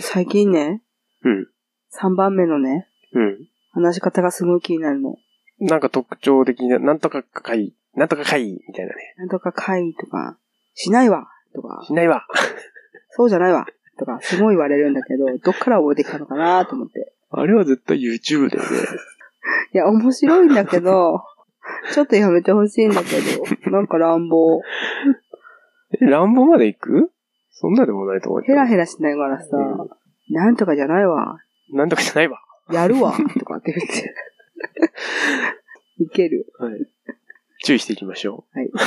最近ね、うん。 3番目のね、うん。話し方がすごい気になるの。なんか特徴的な、なんとかかい、なんとかかい、みたいなね。なんとか会とか、しないわとか、しないわ。そうじゃないわとか、すごい言われるんだ けど、どっから覚えてきたのかなと思って。あれは絶対 YouTube だよね。いや、面白いんだけ ど、ちょっとやめてほしいんだけど、なんか乱暴。え、乱暴まで行くそんなでもないと思うけヘど。ラヘラしながらさ、なんとかじゃないわ、なんとかじゃないわ。やるわとかって言 って。いける。はい。注意していきましょう。はい。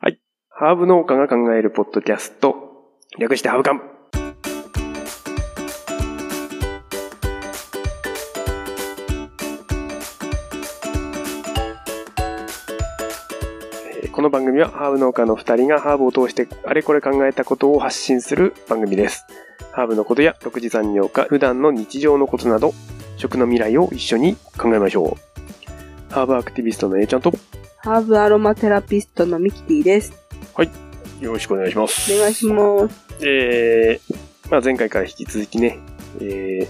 はい。ハーブ農家が考えるポッドキャスト。略してハーブカン。えーこの番組はハーブ農家の2人がハーブを通してあれこれ考えたことを発信する番組です。ハーブのことや6次産業化、普段の日常のことなど、食の未来を一緒に考えましょう。ハーブアクティビストの A ちゃんとハーブアロマテラピストのミキティです。よろしくお願いします。お願いします。えー、まあ前回から引き続きね、えー、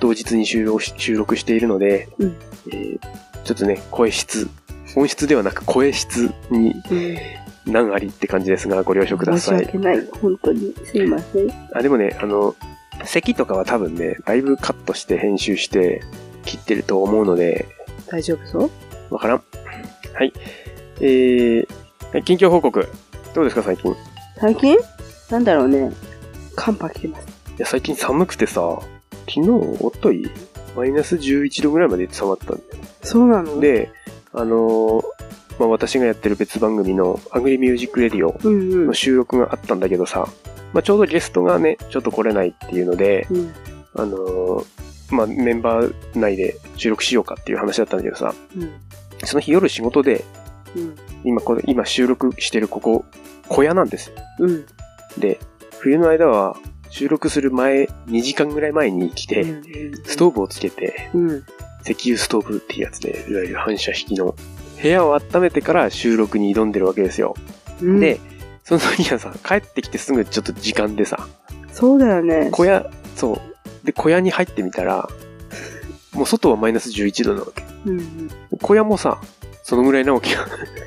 同日に収録し収録しているので、うんえーちょっとね、声質、音質ではなく声質にうん難ありって感じですが、ご了承くだ申しさい。訳ない。本当に。すいません。あ、でもね、あの、咳とかは多分ね、だいぶカットして編集して切ってると思うので、大丈夫そうわからん。はい。えー、近況報告。どうですか、最近。い最近なんだろうね。寒波来てます。や、最近寒くてさ、昨日、おとい、マイナス11度ぐらいまで下がったんそうなので。で、あのーまあ、私がやってる別番組のアグリミュージックレディオうんうんの。収録があったんだけどさ、まあ、ちょうどゲストがね、ちょっと来れないっていうので、うんあのーまあ、メンバー内で収録しようかっていう話だったんだけどさ、うんその日夜仕事で、うん今これ、今収録してるここ、小屋なんですようんで、冬の間は収録する前、2時間ぐらい前に来て、ストーブをつけて、うんうん石油ストーブっていうやつで、いわゆる反射式の、部屋を温めてから収録に挑んでるわけですよ。うんで、その時はさ、帰ってきてすぐちょっと時間でさ、そうだよね小屋、そう。で、小屋に入ってみたら、もう外はマイナス11度なわけ。うんうん小屋もさ、そのぐらいなわけよ。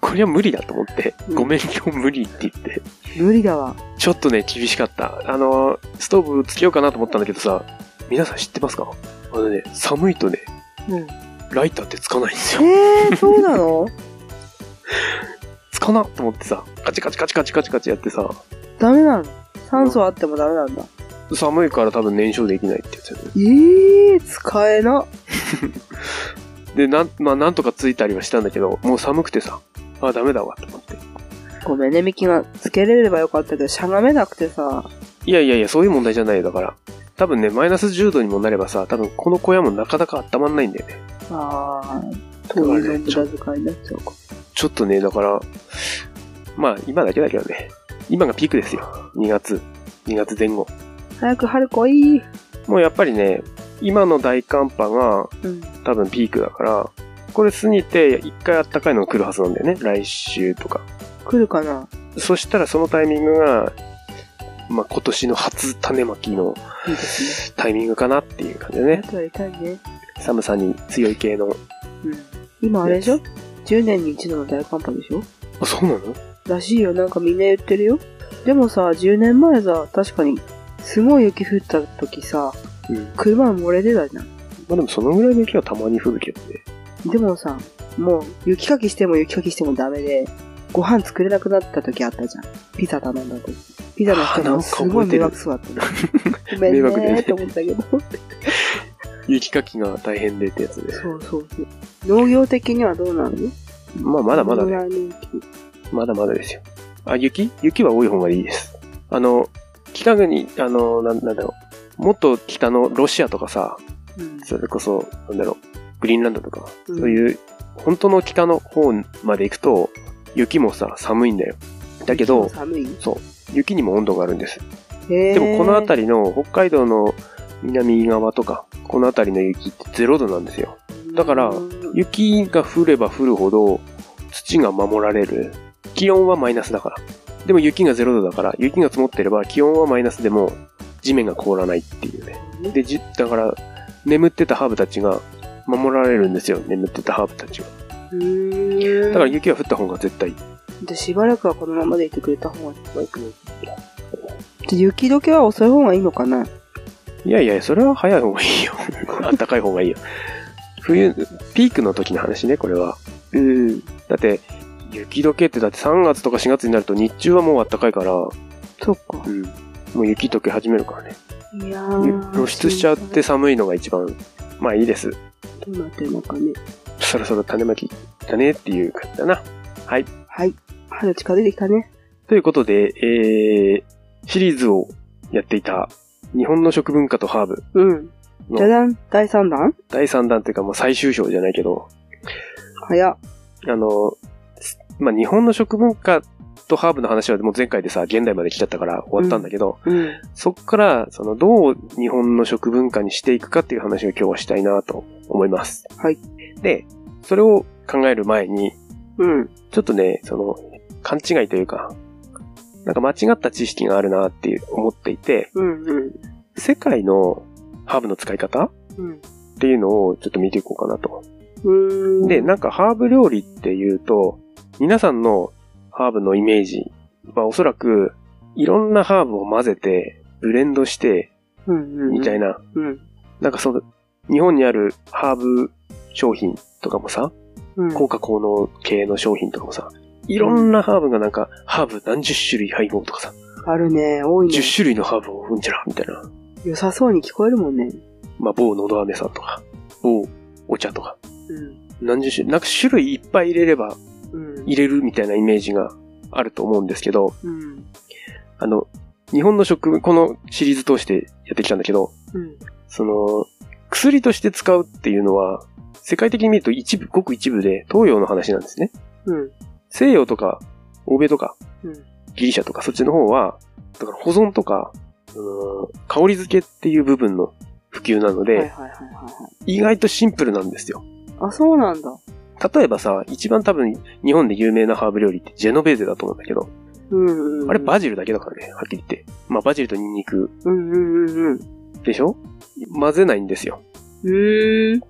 これは無理だと思って、うんごめん、今日無理って言って、無理だわちょっとね、厳しかった。あの、ストーブつけようかなと思ったんだけどさ、皆さん知ってますかあのね、寒いとね、うんライターってつかないんですよ。 えーそうなのつかなと思ってさ、カチカチカチカチカチカチやってさ、ダメなの酸素あってもダメなんだ寒いから多分燃焼できないってやつよね。えー使えなで、なん、まあ、なんとかついたりはしたんだけど、もう寒くてさ、あ、ダメだわ、と思って。ごめんねミキがつけれればよかったけどしゃがめなくてさいやいやいや、そういう問題じゃないよ、だから。多分ね、マイナス10度にもなればさ、多分この小屋もなかなか温まんないんだよね。あー遠いの無駄遣いになっちゃうかちょっとね、だから、まあ、今だけだけどね。今がピークですよ。2月。2月前後。早く春来いもうやっぱりね、今の大寒波がうん多分ピークだから、これ過ぎて一回暖かいのが来るはずなんだよね。来週とか。来るかなそしたらそのタイミングが、まあ今年の初種まきのいいですねタイミングかなっていう感じだね。やりたいね寒さに強い系の。うん今あれでしょ10年に一度の大寒波でしょあ、そうなのらしいよなんかみんな言ってるよでもさ10年前さ確かにすごい雪降った時さうん。ま車漏れてたじゃんあでもそのぐらいの雪はたまに降るけどね。でもさもう雪かきしても雪かきしてもダメでご飯作れなくなった時あったじゃんピザ頼んだ時ピザの人あなんがか覚えてするごい迷惑そうだったのごめんね迷惑でねーって思った けど雪かきが大変でってやつで。そうそうそう農業的にはどうなのまあまだまだねね。。農業人まだまだですよ。あ、雪雪は多い方がいいです。あの、北国、あの、なんなんだろう。もっと北のロシアとかさ、気うんそれこそ、なんだろう、グリーンランドとか、うんそういう、本当の北の方まで行くと、雪もさ、寒いんだよ。だけど、寒い雪にも温度があるんです。ででもこの辺りの、北海道の南側とか、この辺りの雪って0度なんですよ。りだから雪が降れば降るほど、土が守られる。気温はマイナスだから。でも雪が0度だから、雪が積もってれば気温はマイナスでも地面が凍らないっていうね。で、じだから、眠ってたハーブたちが守られるんですよ、眠ってたハーブたちは。うーん。だから雪は降った方が絶対いい。じゃあしばらくはこのままでいてくれた方がいいかな。じゃあ雪解けは遅い方がいいのかないやいや、それは早い方がいいよ。 あったかい方がいいよ。冬、ピークの時の話ね、これは。うん。だって、雪解けってだって3月とか4月になると日中はもうあったかいから、そっか。うん、もう雪解け始めるからね。いや露出しちゃって。寒いのが一番、まあいいです。どうなってるのかね。そろそろ種まきだねっていう感じだな。はい。はい。春近づいてきたね。ということで、えー、シリーズをやっていた日本の食文化とハーブうん。じゃのじゃん。第3弾第3弾というかもう最終章じゃないけど、早っ。あの、すまあ、日本の食文化とハーブの話はもう前回でさ、現代まで来ちゃったから終わったんだけど、うん。そこから、その、どう日本の食文化にしていくかっていう話を今日はしたいなと思います。はい。で、それを考える前に、うん。ちょっとね、その、勘違いというか、なんか間違った知識があるなっていう思っていて、うん。うん。世界のハーブの使い方っうん。ていうのをちょっと見ていこうかなと。うーん。で、なんかハーブ料理っていうと、皆さんのハーブのイメージはおそらく、いろんなハーブを混ぜて、ブレンドして、うんうん。みたいな。な、うん。なんかその、日本にあるハーブ商品とかもさ、うん。効果効能系の商品とかもさ、いろんなハーブがなんか、ハーブ何十種類配合とかさ、あるね。多いね。 10種類のハーブをうんちゃら、みたいな。良さそうに聞こえるもんね。まあ、某のど飴さんとか、某お茶とか、うん。何十種類、なんか種類いっぱい入れればうん。入れるみたいなイメージがあると思うんですけど、うん。あの、日本の食、このシリーズ通してやってきたんだけど、うん。その、薬として使うっていうのは、世界的に見ると一部、ごく一部で東洋の話なんですね。うん。西洋とか、欧米とか、うん。ギリシャとか、そっちの方は、だから保存とか、うーん香り付けっていう部分の普及なので、はいはいはいはいは意外とシンプルなんですよ。い。あ、そうなんだ。例えばさ、一番多分日本で有名なハーブ料理ってジェノベーゼだと思うんだけど、うんうん。あれバジジルだけだからね、はっきり言って。まあバジルとニンニクうんうんうんうん。でしょ混ぜないんですよ。うーん。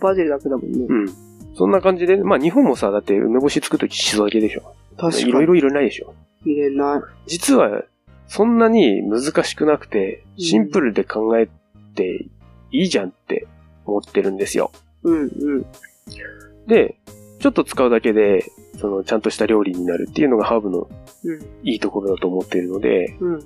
バジルだけだもんね。うん。そんな感じで、まあ日本もさ、だって梅干し作るとき静けでしょ。確かに。いろいろ入れないでしょ。入れない。実は、そんなに難しくなくて、シンプルで考えていいじゃんって思ってるんですよ。うんうん。で、ちょっと使うだけで、その、ちゃんとした料理になるっていうのがハーブのうんいいところだと思っているので、うんうん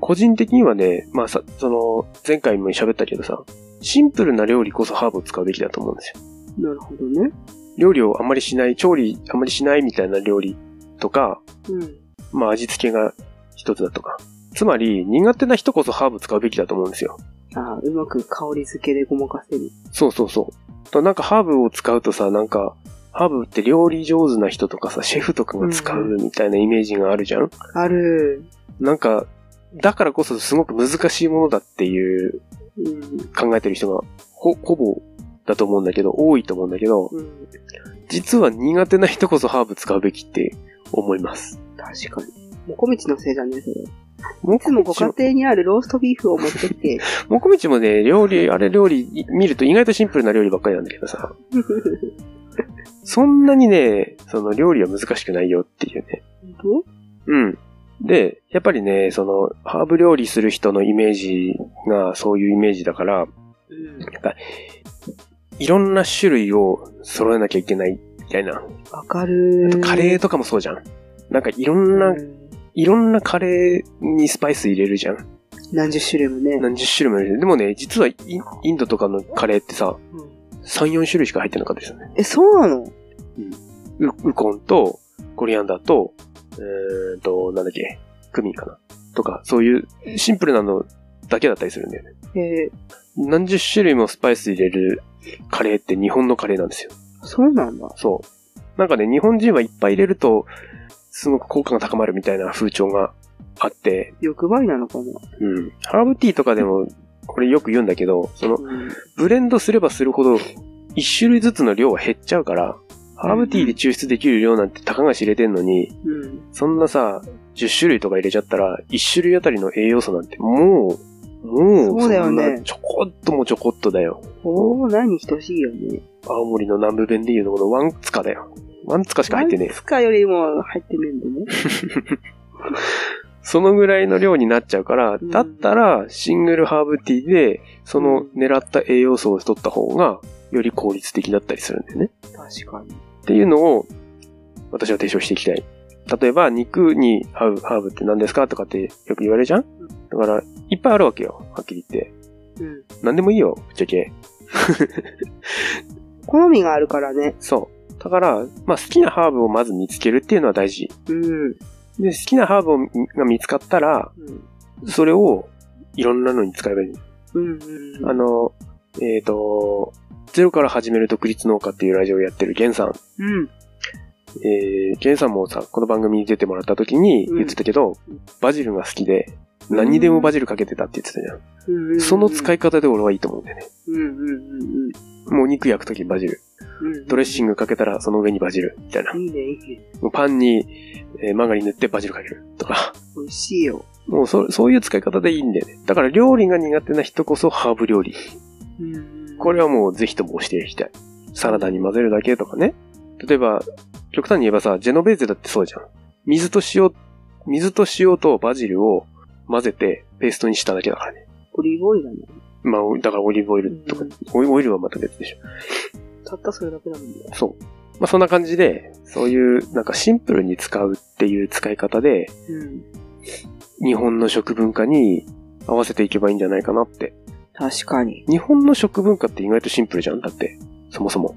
個人的にはね、まあさ、その、前回も喋ったけどさ、シンプルな料理こそハーブを使うべきだと思うんですよ。うん。なるほどね。料理をあんまりしない、調理あんまりしないみたいな料理とか、うん。まあ味付けが一つだとか。つまり、苦手な人こそハーブ使うべきだと思うんですよ。あーうまく香り付けでごまかせる。そうそうそう。となんかハーブを使うとさ、なんか、ハーブって料理上手な人とかさ、シェフとかが使うみたいなイメージがあるじゃん、ある。なんか、だからこそすごく難しいものだっていううん。考えてる人がほ、ほぼだと思うんだけど、多いと思うんだけど、うん。実は苦手な人こそハーブ使うべきって思います。確かに。もこみちのせいじゃねそれ。いもつもご家庭にあるローストビーフを持ってき て。もこみちもね、料理、あれ料理見ると意外とシンプルな料理ばっかりなんだけどさ、そんなにね、その料理は難しくないよっていうね。本うん。で、やっぱりね、その、ハーブ料理する人のイメージがそういうイメージだから、当うん。なんか、いろんな種類を揃えなきゃいけないみたいな。わかるあとカレーとかもそうじゃん。なんかいろんな、うんいろんなカレーにスパイス入れるじゃん。何十種類もね。何十種類も入れる。でもね、実はインインドとかのカレーってさ、うん3、4種類しか入ってなかったですよね。え、そうなのウウコンと、コリアンダーと、うーんと、なんだっけ、クミンかな。とか、そういうシンプルなのだけだったりするんだよね。え何十種類もスパイス入れるカレーって日本のカレーなんですよ。ー、そうなんだ。そう。なんかね、日本人はいっぱい入れると、すごく効果が高まるみたいな風潮があって、欲張りなのかなうん。ハーブティーとかでも、これよく言うんだけど、その、うん。ブレンドすればするほど、一種類ずつの量は減っちゃうから、ハーブティーで抽出できる量なんてたかが知れてんのに、うん。そんなさ、 10種類とか入れちゃったら、1種類あたりの栄養素なんて、もう、もう、そうだよねんなちょこっともちょこっとだよ。おー、何等しいよね。青森の南部弁で言うのこのワンツカだよ。ワンツカしか入ってねえスカよりも入ってねえん でね。そのぐらいの量になっちゃうから、うんだったらシングルハーブティーで、その狙った栄養素を取った方が、より効率的だったりするんだよね。確かに。っていうのを、私は提唱していきたい。例えば、肉に合うハーブって何ですかとかってよく言われるじゃんだから、いっぱいあるわけよ。はっきり言って。うん。何でもいいよ、ぶっちゃけ。好みがあるからね。そう。だから、まあ好きなハーブをまず見つけるっていうのは大事。うん。で、好きなハーブをが見つかったら、うん。それをいろんなのに使えばいい。うんうん。あの、えっ、と、ゼロから始める独立農家っていうラジオをやってるゲンさん。うん。えー、ゲンさんもさ、この番組に出てもらった時にうん言ってたけど、バジルが好きで、何にでもバジルかけてたって言ってたじゃん。うんうん。その使い方で俺はいいと思うんだよね。うんうんうんうんもう肉焼く時にバジル。うん。ドレッシング。グかけたらその上にバジル。みたいな。いいね、いいね。もうパンに、えーマーガリン塗ってバジルかける。とか。 美味しいよ。もうそ、そういう使い方でいいんだよね。だから料理が苦手な人こそハーブ料理。うん。これはもうぜひともしていきたい。サラダに混ぜるだけとかね。例えば、極端に言えばさ、ジェノベーゼだってそうじゃん。水と塩、水と塩とバジルを混ぜてペーストにしただけだからね。オリーブオイルだね。まあ、だからオリーブオイルとかうん、オイオイルはまた別でしょ。たったそれだけなんだよ。そう。まあそんな感じで、そういうなんかシンプルに使うっていう使い方で、うん。日本の食文化に合わせていけばいいんじゃないかなって。確かに。日本の食文化って意外とシンプルじゃん。だって、そもそも。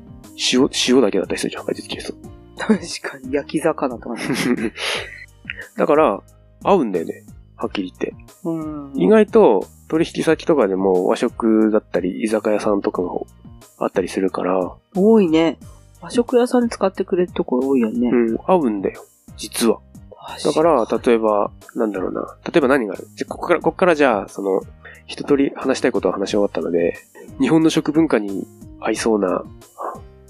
塩、塩だけだったりするじゃん、味付けすると確かに。焼き魚とか ね。だから、合うんだよね。はっきり言って。うん。意外と、取引先とかでも和食だったり、居酒屋さんとかがあったりするから、多いね。和食屋さんに使ってくれるところ多いよね。うん、合うんだよ。実は。だか確ら、例えば、なんだろうな。例えば何があるじゃ、ここから、ここからじゃあ、その、一通り話したいことは話し終わったので、日本の食文化に合いそうな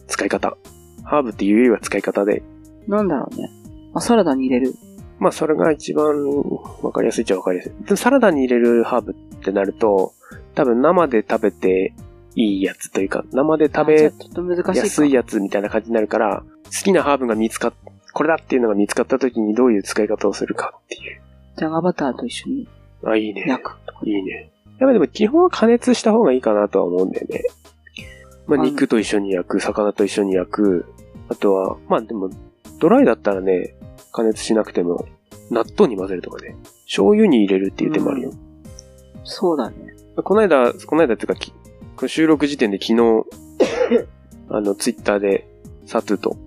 使い方。ハーブっていうよりは使い方で、になんだろうね。あ、サラダに入れる。まあ、それが一番わかりやすいっちゃわかりやすい。でもサラダに入れるハーブってなると、多分生で食べていいやつというか、生で食あじゃあべちょっと難しいか。やすいやつみたいな感じになるから、好きなハーブが見つかっ、これだっていうのが見つかった時にどういう使い方をするかっていう。じゃがバターと一緒にあ、いいね。焼くとか。いいね。やっぱでも基本は加熱した方がいいかなとは思うんだよね。まああの肉と一緒に焼く、魚と一緒に焼く、あとは、まあでも、ドライだったらね、加熱しなくても、納豆に混ぜるとかね、醤油に入れるっていう手もあるよ。そうだね。この間、この間っていうかき、この収録時点で昨日、あの、ツイッターで、サトゥと、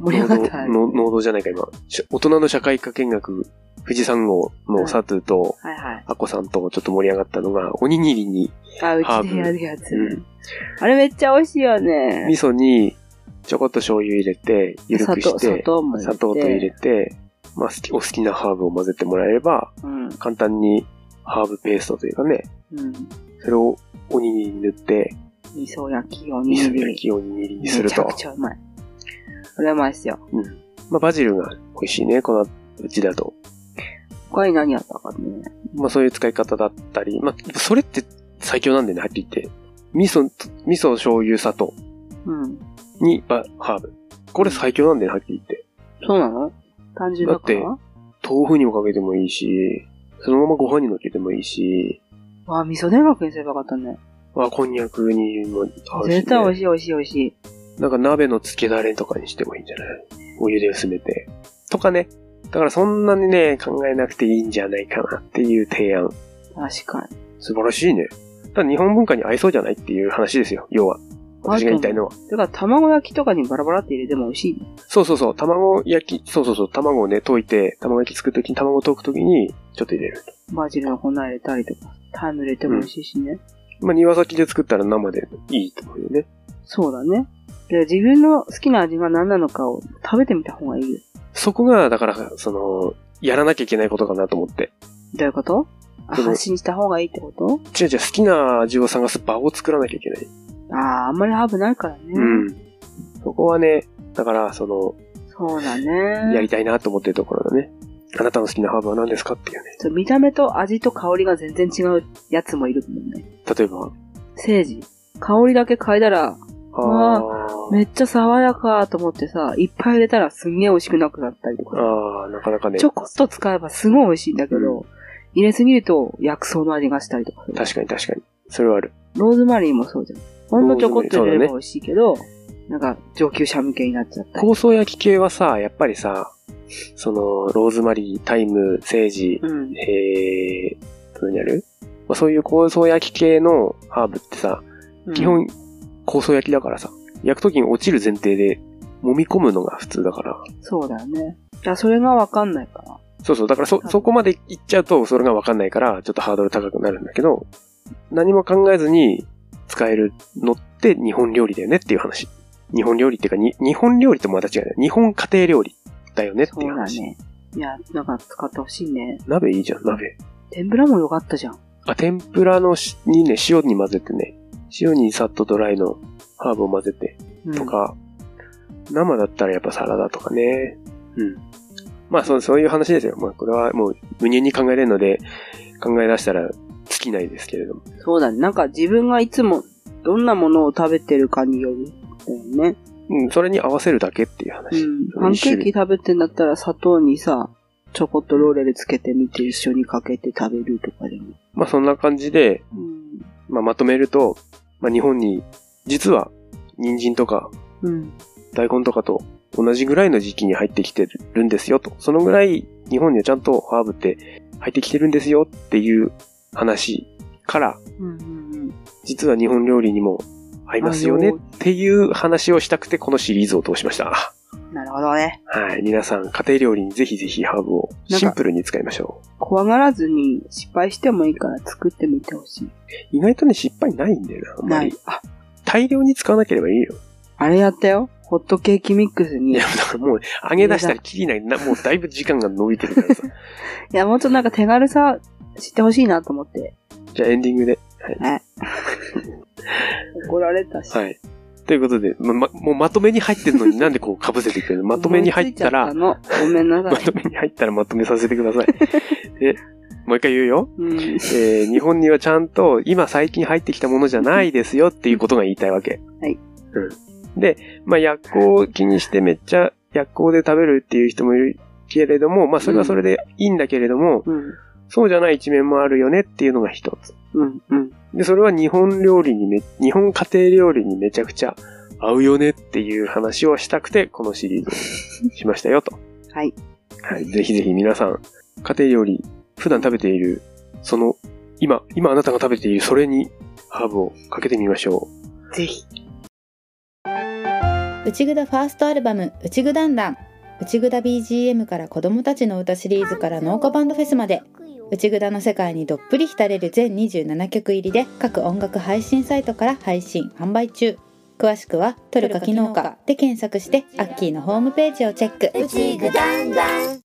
盛り上がったね。能動能動じゃないか今、し大人の社会科見学、富士山号のサトゥと、はいはい。アコさんとちょっと盛り上がったのが、おにぎりに、あ、うハちーでブやるやつ。うんあれめっちゃ美味しいよね。味噌にちょこっと醤油入れて、ゆる砂くし糖、砂て、糖も入れて。砂糖と入れて、まあ、好きお好きなハーブを混ぜてもらえれば、うん。簡単にハーブペーストというかね、うん。それをおにぎりに塗って、味噌焼きおに味ぎ噌り。焼きおにぎりにすめるちゃとく。ちゃうまい。これうまいっすよ。うん。まあ、バジルが美味しいね、このうちだと。他に何やったかね。まあ、そういう使い方だったり、まあ、それって最強なんだよね、はっきり言って。味噌と、味噌、醤油、砂糖うん。に、ば、ハーブ。これ最強なんだよね、はっきり言って。そうなの単純だからだ豆腐にもかけてもいいし、そのままご飯に乗っけてもいいし、わあ、味噌田楽にすればよかったね。あ、こんにゃくにも合うし、ね。絶対美味しい美味しい美味しい。なんか鍋の漬けだれとかにしてもいいんじゃないお湯で薄めて。とかね。だからそんなにね、考えなくていいんじゃないかなっていう提案。確かに。素晴らしいね。ただ日本文化に合いそうじゃないっていう話ですよ、要は。私が言いたいのは。だから卵焼きとかにバラバラって入れても美味しいね。そうそうそう、卵焼き、そうそうそう、卵をね、溶いて、卵焼き作るときに、卵を溶くときに、ちょっと入れる。バジルの粉入れたりとか、タイム入れても美味しいしね。まあ、庭先で作ったら生でいいと思うよね。そうだね。で自分の好きな味が何なのかを食べてみた方がいいよ。そこが、だから、その、やらなきゃいけないことかなと思って。どういうことあその発信した方がいいってこと違う違う、好きな味を探す場を作らなきゃいけない。ああ、あんまりハーブないからね。うん。そこはね、だから、その、そうだね。やりたいなと思ってるところだね。あなたの好きなハーブは何ですかっていうね。そう見た目と味と香りが全然違うやつもいるもんね。例えば、セージ。香りだけ嗅いだら、あーめっちゃ爽やかと思ってさ、いっぱい入れたらすんげえ美味しくなくなったりとか。あー、なかなかねち。ょこっと使えばすごい美味しいんだけど、入れすぎると薬草の味がしたりとかする。確かに確かに。それはある。ローズマリーもそうじゃん。ほんのちょこっと入れればロ美味しいけど、なんか上級者向けになっちゃったり。香草焼き系はさ、やっぱりさ、その、ローズマリー、タイム、セージ、うん。えー、どうにある、まあ、そういう香草焼き系のハーブってさ、うん基、本香草焼きだからさ、焼くときに落ちる前提で揉み込むのが普通だから。そうだよね。いや、それがわかんないから。そうそう、だからそ、そこまでいっちゃうとそれがわかんないから、ちょっとハードル高くなるんだけど、何も考えずに使えるのって日本料理だよねっていう話。日本料理っていうか、に日本料理ともまた違うね。日本家庭料理だよねってそういうだ話。ね。いや、なんか使ってほしいね。鍋いいじゃん、鍋。天ぷらも良かったじゃん。あ、天ぷらのしにね、塩に混ぜてね、塩にさっとドライのハーブを混ぜてうん、とか、生だったらやっぱサラダとかね。うん。まあそう、そういう話ですよ。まあこれはもう無限に考えれるので、考え出したら尽きないですけれども。そうだね。なんか自分がいつもどんなものを食べてるかによるんだよね。うん、それに合わせるだけっていうう話。ん。パンケーキ食べてんだったら砂糖にさ、ちょこっとローレルつけてみて一緒にかけて食べるとかでも。まあそんな感じで、うん。まあまとめると、まあ日本に、実は人参とかうん。大根とかと同じぐらいの時期に入ってきてるんですよと。そのぐらい日本にはちゃんとハーブって入ってきてるんですよっていう話から、うんうんうん。実は日本料理にも合いますよねっていう話をしたくてこのシリーズを通しました。なるほどね。はい。皆さん家庭料理にぜひぜひハーブをシンプルに使いましょ怖がらずに失敗してもいいから作ってみてほしい。う。意外とね、失敗ないんだよな、あんまないり。。あ、大量に使わなければいいよ。あれやったよ。ホットケーキミックスいに。いや、だから もう、揚げ出したらきりない。なもうだいぶ時間が伸びてるか らさ。や、もうちょっとなんか手軽さ知ってほしいなと思って。じゃあエンディングで。怒られたし。はい。ということで、ま、まもうまとめに入ってる のになんでこう被せてくるのまとめに入ったら、思いついちゃったのごめんなまさい。とめに入ったらまとめさせてくだ さい。え、もう一回言うよ。うん。えー日本にはちゃんと今最近入ってきたものじゃないですよっていうことが言いたいわけ。はい。うん。で、まあ、薬効を気にしてめっちゃ薬効で食べるっていう人もいるけれども、まあ、それはそれでいいんだけれども、うん。そうじゃない一面もあるよねっていうのが一つ。うん。うん。で、それは日本料理にめ、日本家庭料理にめちゃくちゃ合うよねっていう話をしたくて、このシリーズをしましたよと。 はい。はい。ぜひぜひ皆さん、家庭料理、普段食べている、その、今、今あなたが食べているそれに、ハーブをかけてみましょぜひ。内ぐだファーストアルバム「内ぐだんだん」内ぐだ BGM から子どもたちの歌シリーズから農家バンドフェスまで内ぐだの世界にどっぷり浸れる全27曲入りで各音楽配信サイトから配信販売中詳しくは「トルカ機能か」で検索してアッキーのホームページをチェックうちぐだんだん。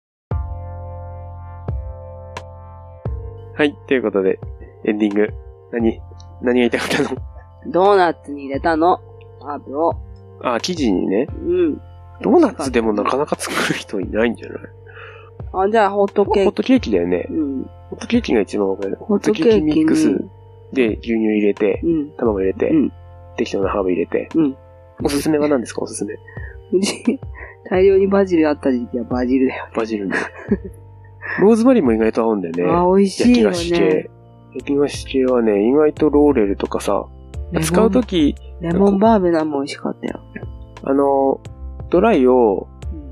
う。はい。ということで、エンディング。何何が言いたかったの ドーナツに入れたの。ハーブを。あ、生地にね。うん。ドーナツでもなかなか作る人いないんじゃないあ、じゃあホットホケッーキ。トケーキだよね。うん。ホットケーキが一番わかる。ホホッットトケケーーキキミにックスで牛乳入れて、うん。卵入れて、うん 適当なハーブ入れて、うん。おすすめは何ですかおすすめ。うち、大量にバジルあった時期はバジルだよ。バジ ルの。ローズマリーも意外と合うんだよね。あ、美味し焼いきよ菓子ね。系。焼き菓子系はね、意外とローレルとかさ、レモン使うとき、レモンバーベナも美味しかったよ。あの、ドライを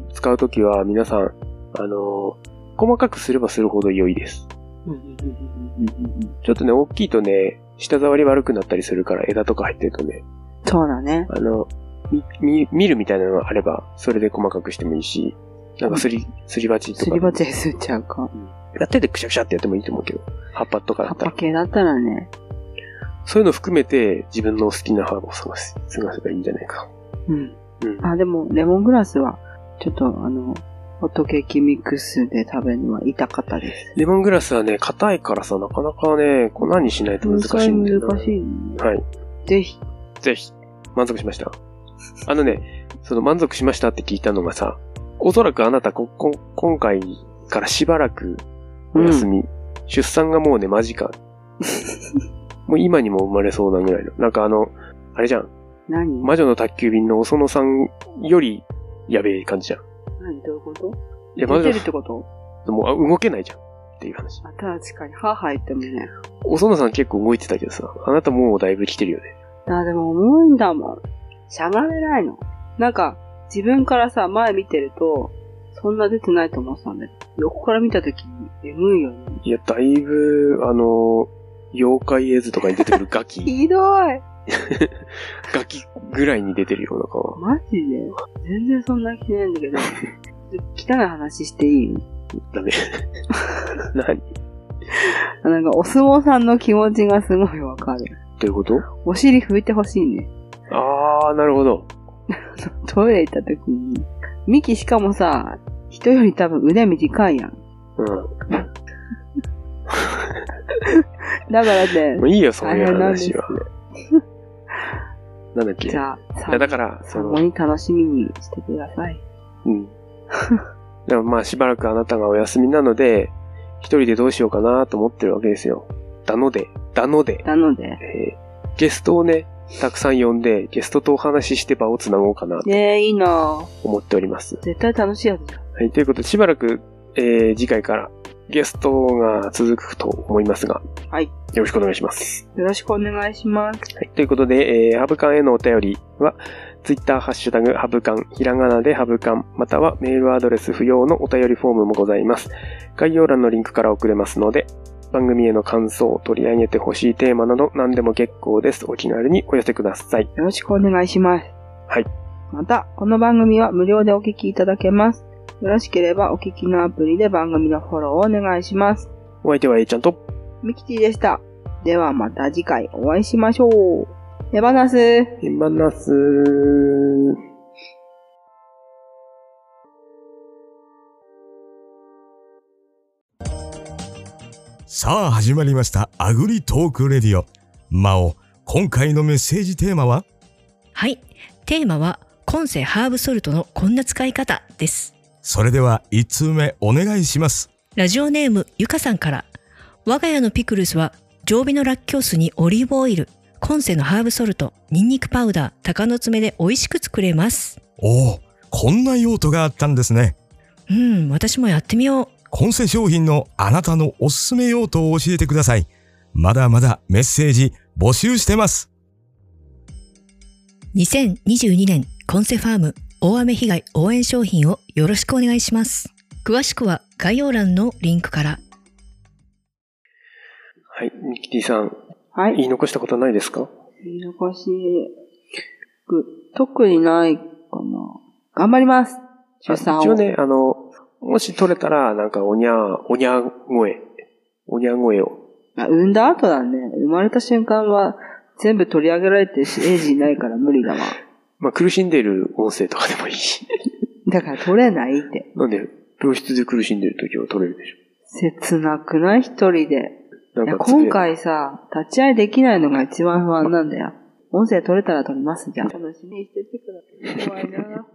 うん使うときは皆さん、あの、細かくすればするほど良いです。うんうんうんうんうんうんちょっとね、大きいとね、舌触り悪くなったりするから枝とか入ってるとね、そうだね。あの、み、み、見るみたいなのがあれば、それで細かくしてもいいし、なんかすり、すり鉢とか。すり鉢ですっちゃうか。やっててくしゃくしゃってやってもいいと思うけど、葉っぱとかだ葉っったぱら。系だったらね。そういうの含めて、自分の好きなハーブを探す、探せばいいんじゃないか。うん。うん。あ、でも、レモングラスは、ちょっとあの、ホットケーキミックスで食べるのは痛かったです。レモングラスはね、硬いからさ、なかなかね、粉にしないと難しいんだよな。難しいね。はい。ぜひ。ぜひ、満足しました。あのね、その満足しましたって聞いたのがさ、おそらくあなたこ、こ、今回からしばらくお休み。出産がもうね、間近。もう今にも生まれそうなぐらいの。なんかあの、あれじゃん。何魔女の宅急便のお園さんよりやべえ感じじゃん。何どういうこといや、魔女出てるってことの、もうあ動けないじゃん。っていう話。あ、確かに。歯入ってもね。お園さん結構動いてたけどさ、あなたもうだいぶ来てるよね。あ、でも重いんだもん。しゃがめないの。なんか、自分からさ、前見てると、そんな出てないと思ってたんだよ。横から見たときに、えぐいよね。いや、だいぶ、あの、妖怪絵図とかに出てくるガ キ、ひどいガキぐらいに出てるよ、なんか。マジで全然そんな気ないんだけど。汚い話していいダメ。何どなんか、お相撲さんの気持ちがすごいわかる。ういうことお尻拭いてほしいね。あー、なるほど。トイレ行った時に。ミキしかもさ、人より多分腕短いやん。うだからねん。も、ういいよ、そう大いう変なんです話。は。なんだっけじゃあ、いや、だ参から、そ考の、に楽しみにしてください。うん。 でもまあ、しばらくあなたがお休みなので、一人でどうしようかなと思ってるわけですよ。なので、なので、なので、えーゲストをね、たくさん呼んで、ゲストとお話しして場をつなごうかなとねえ、いいなぁ思っております。絶対楽しいやつじゃん。はい、ということで、しばらく、えー次回からゲストが続くと思いますが、はいよろしくお願いします。よろしくお願いします。はい。ということで、えーハブカンへのお便りは、ツイッターハッシュタグ、ハブカン、ひらがなでハブカン、またはメールアドレス不要のお便りフォームもございます。概要欄のリンクから送れますので、番組への感想、取り上げてほしいテーマなど何でも結構です。お気軽にお寄せください。よろしくお願いします。はい。また、この番組は無料でお聞きいただけます。よろしければお聞きのアプリで番組のフォローをお願いします。お相手は A ちゃんと、ミキティでした。ではまた次回お会いしましょう。手放す。今なすー。さあ始まりましたアグリトークレディオマオ今回のメッセージテーマははい。テーマは、今世ハーブソルトのこんな使い方です。それでは1通目お願いしますラジオネーム、ゆかさんから。我が家のピクルスは、常備のラッキョウ酢にオリーブオイル、今世のハーブソルト、ニンニクパウダー、鷹の爪で美味しく作れます。おおこんな用途があったんですねうん、私もやってみよう。今世商品のあなたのおすすめ用途を教えてくださいまだまだメッセージ募集してます2022年コンセファーム大雨被害応援商品をよろしくお願いします。詳しくは概要欄のリンクから。はい、ミキティさん、はい。言い残したことはないですか言い残しく、特にないかな。頑張ります。出産あ一を。応ね、あの、もし取れたら、なんか、おにゃー、おにゃー声、おにゃー声をあ産んだ後だね。生まれた瞬間は全部取り上げられてるし、エイジいないから無理だわ。まあ、苦しんでいる音声とかでもいい し。だから取れないって。なんで、病室で苦しんでいる時は取れるでし切なくない一人で。ょ。いなやんかつぶや、今回さ、立ち会いできないの が一番不安なんだよ。音声取れたら取りますじゃん。楽しみにしててください。怖いな。